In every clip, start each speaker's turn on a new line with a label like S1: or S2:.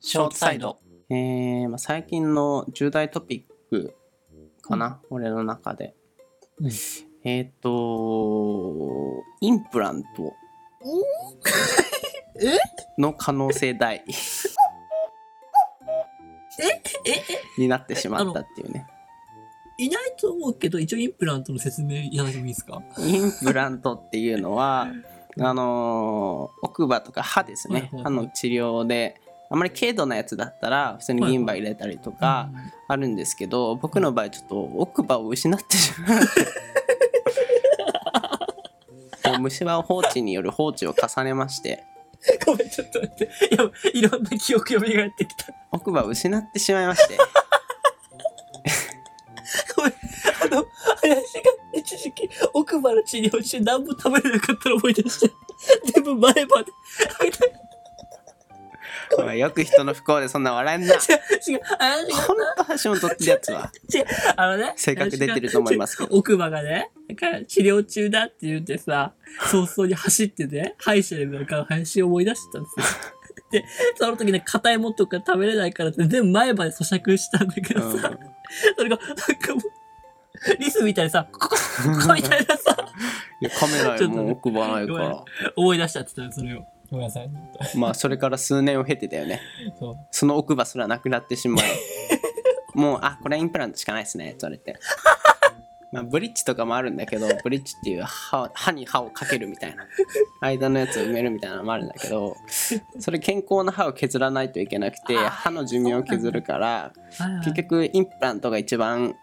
S1: ショートサイド。
S2: えーまあ、最近の重大トピックかな、俺の中で。
S1: うん
S2: えっ、と、インプラント
S1: お
S2: の可能性大
S1: え
S2: になってしまったっていうね。
S1: いないと思うけど、一応インプラントの説明いただいてもいいですか
S2: インプラントっていうのは、あのー奥歯とか歯です
S1: はいは
S2: ね
S1: い、はい
S2: 歯の治療で、あまり軽度なやつだったら、普通に銀歯入れたりとか、あるんですけど僕の場合ちょっと奥歯を失ってしま ってもう虫歯放置による放置を重ねまして
S1: ごめん、ちょっと待って。いや、いろんな記憶蘇ってきた。
S2: 奥歯を失ってしまいまして
S1: ごめん、あの、林が一時期奥歯の治療して何も食べれなかったの思い出して、全部前歯で。
S2: お前よく人の不幸でそんな笑えんな
S1: 違う、林が
S2: ほんと橋本ってやつは
S1: あのね、
S2: 性格出てると思いますけど
S1: 奥歯がね、だから治療中だって言ってさ、早々に走ってね、歯医者で向かう林を思い出してたんですよ。で、その時ね、硬いもんとか食べれないからって全部前歯で咀嚼したんだ けどさ、
S2: うん
S1: それが、なんかもう、リスみたいにさ、ココココみたいなさ、
S2: いやカメラよもう奥歯ないから
S1: 思い出しちゃってたよ、それを。ごめんなさい。
S2: まあそれから数年を経てだよね
S1: そう。
S2: その奥歯すらなくなってしま うもうあこれはインプラントしかないですねって言われ てまあブリッジとかもあるんだけどブリッジっていう歯歯に歯をかけるみたいな間のやつを埋めるみたいなのもあるんだけどそれ健康な歯を削らないといけなくて
S1: あー
S2: 歯の寿命を削るから
S1: はいはい
S2: 結局インプラントが一番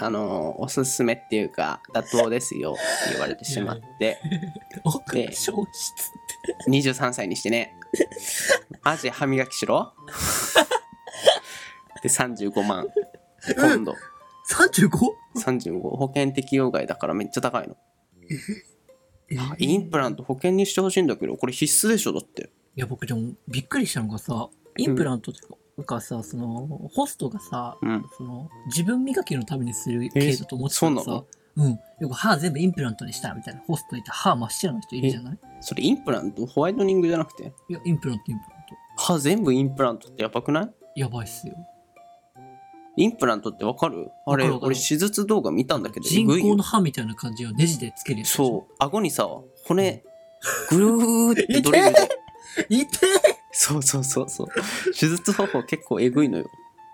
S2: あのおすすめっていうか妥当ですよって言われてしまって
S1: 奥
S2: で
S1: 歯消失。
S2: 23歳にしてねマジ歯磨きしろで35万今度
S1: 35?
S2: 35保険適用外だからめっちゃ高いの
S1: えー
S2: インプラント保険にしてほしいんだけどこれ必須でしょだって
S1: いや、僕でもびっくりしたのがさ、インプラントとかさ、その、ホストがさ、
S2: うん
S1: その、自分磨きのためにする
S2: え
S1: 程度と思ってたら
S2: そうな
S1: さ、うん。よく歯全部インプラントにしたみたいな、ホストいて歯真っ白な人いるじゃない
S2: それインプラントホワイトニングじゃなくて
S1: いや、インプラント、インプラント。
S2: 歯全部インプラントってやばくない
S1: やばいっすよ。
S2: インプラントってわかるあ
S1: わか
S2: れ
S1: るわかる
S2: 俺手術動画見たんだけど
S1: 人
S2: えぐい
S1: 工
S2: よ
S1: の歯みたいな感じをネジでつけるやつ。
S2: そう顎にさ骨ぐるーってドリルで
S1: う。いて
S2: そうそうそうそう手術方法結構えぐいのよ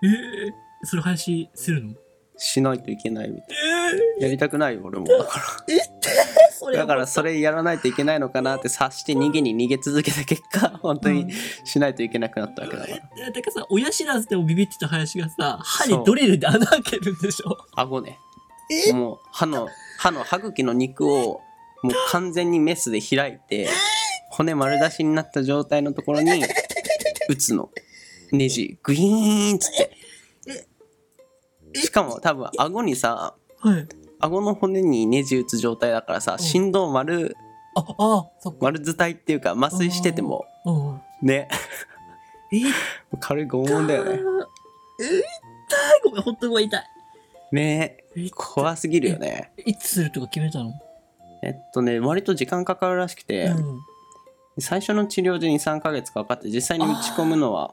S1: えー、それ林するの
S2: しないといけないみたいな
S1: え
S2: やりたくないよ俺もだか
S1: えてそ
S2: らだからそれやらないといけないのかなって察して逃げに逃げ続けた結果本当にしないといけなくなったわけだから
S1: だからさ、親知らずでもビビってた林がさ、歯にドリルで穴開けるんでしょ
S2: 顎ね
S1: え
S2: もう歯の歯の歯茎の肉をもう完全にメスで開いて骨丸出しになった状態のところに打つのネジグイーンっつってしかも多分顎にさ
S1: はい。
S2: 顎の骨にネジ打つ状態だからさ振動丸
S1: あ、あ、そっか。
S2: 丸伝いっていうか麻酔してても
S1: うんうん。
S2: ね
S1: えー、
S2: 軽い拷問だよね。
S1: えー痛いごめん、ほんとごめん、痛い。
S2: ね
S1: えー
S2: 怖すぎるよね。
S1: いつするとか決めたの
S2: えっとね、割と時間かかるらしくて、
S1: うん。
S2: 最初の治療で2、3ヶ月かかって、実際に打ち込むのは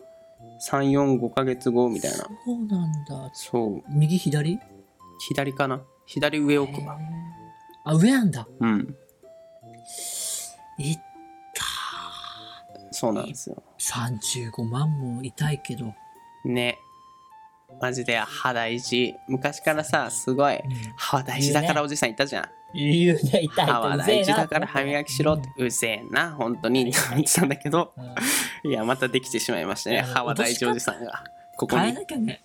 S2: 3、4、5ヶ月後みたいな。
S1: そうなんだ。
S2: そう、
S1: 右、左
S2: 左かな左上奥
S1: へー
S2: 歯。
S1: あ、上なんだ。
S2: うん、
S1: いった
S2: そうなんですよ。
S1: ー。35万も痛いけど。
S2: ね。マジで歯大事。昔からさ、すごい。歯大事だからおじさん言ったじゃん。
S1: 言うね、痛い
S2: 歯は大事だから歯磨きしろって。うぜえな、本当に。って言ってたんだけど、いや、またできてしまいましたね。
S1: うん
S2: 歯は大事おじさんが。ここ
S1: 変え
S2: に
S1: なきゃね。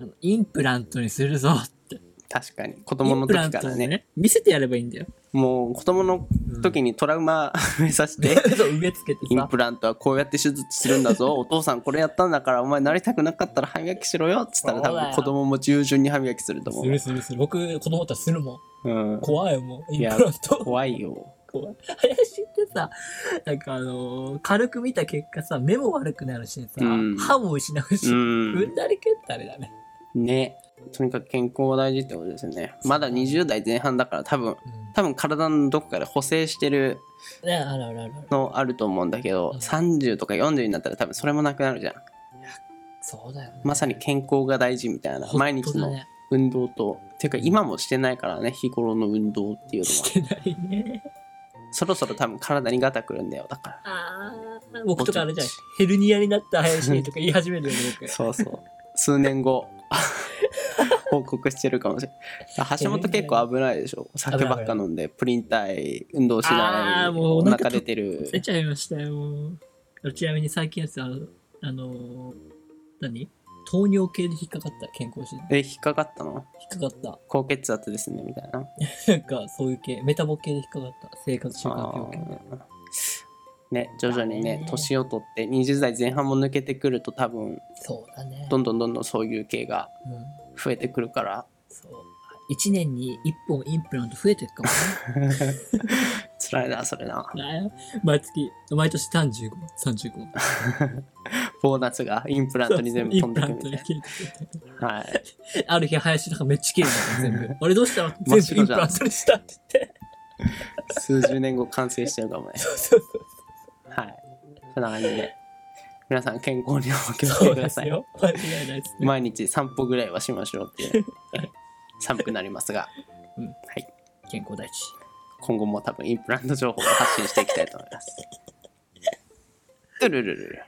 S1: あのインプラントにするぞって。
S2: 確かに子
S1: イ
S2: 供
S1: ン
S2: の
S1: プラ
S2: 時
S1: ン
S2: か
S1: ト
S2: ら
S1: を
S2: ね
S1: ね、見せてやればいいんだよ。
S2: もう子供の時にトラウマ 目指して、
S1: そう植え付けて
S2: イン
S1: さ。
S2: プラントはこうやって手術するんだ ぞお父さんこれやったんだからお前なりたくなかったら歯磨きしろよっつったら多
S1: そうだ
S2: 分
S1: よ
S2: 子供も従順に歯磨きすると思
S1: するするする。僕、子供たちするも
S2: う、
S1: ん。
S2: うん、
S1: 怖いもん、イ
S2: い
S1: ン
S2: や
S1: プラント。
S2: 怖いよ
S1: 怖い。林ってさ、なんかあのー軽く見た結果さ、目も悪くなるしさ、
S2: うん
S1: 歯も失うし、
S2: う
S1: うん
S2: ん
S1: だりけったれだね。
S2: ねとにかく健康は大事ってことですよねまだ20代前半だから多分多分体のどこかで補正してる
S1: ね、あらあらあら。
S2: のあると思うんだけど
S1: うん
S2: 30とか40になったら多分それもなくなるじゃん
S1: そうだよね。
S2: まさに健康が大事みたいな、毎日
S1: 本当だ
S2: の
S1: ね
S2: 運動とていうか今もしてないからね日頃の運動っていうのは
S1: してないね。
S2: そろそろ多分体にガタくるんだよだか
S1: ああ、僕とかあれじゃん。ヘルニアになった林とか言い始めるよね、僕
S2: ら。そうそう 数年後報告してるかもしれない橋本結構危ないでしょ酒ばっか飲んでプリン体運動しな
S1: あー
S2: い
S1: もうお
S2: お
S1: 腹
S2: 腹出てる
S1: 出ちゃいましたよ、もう。ちなみに最近やつは、あの、何糖尿系で引っかかった、健康診断。
S2: え引っかかったの
S1: 引っかかっ
S2: 高血圧ですねみたいな
S1: た。なんか、そういう系、メタボ系で引っかかった。生活習慣病系。
S2: あーね徐々に
S1: だ
S2: ね
S1: ね
S2: 年を取って20代前半も抜けてくると多分
S1: そうだね。
S2: どんどんどんどんそういう系が
S1: うん。
S2: 増えてくるから
S1: そう。1年に1本インプラント増えてるかもね。
S2: 辛いなそれな
S1: 毎月、毎年35、35。
S2: ボーナスがインプラントに全部飛んでくるみたいな
S1: インプラントに消えてく
S2: はい
S1: るある日、林とかめっちゃ綺 麗だった全部。俺どうしたの
S2: 真っ
S1: 全部イ
S2: 白
S1: ン
S2: じ
S1: プ
S2: ゃん
S1: ラントにしたって言って。
S2: 数十年後完成してるかもね
S1: そうそう
S2: はいそんな感じで皆さん健康にお気をつ
S1: そ
S2: け
S1: う
S2: く
S1: で
S2: ださ
S1: す
S2: い
S1: よ。間違いないですね。
S2: 毎日散歩ぐらいはしましょうっていう寒くなりますが
S1: 健康第一。
S2: 今 後も多分インプラント情報を発信していきたいと思います。トゥルルルル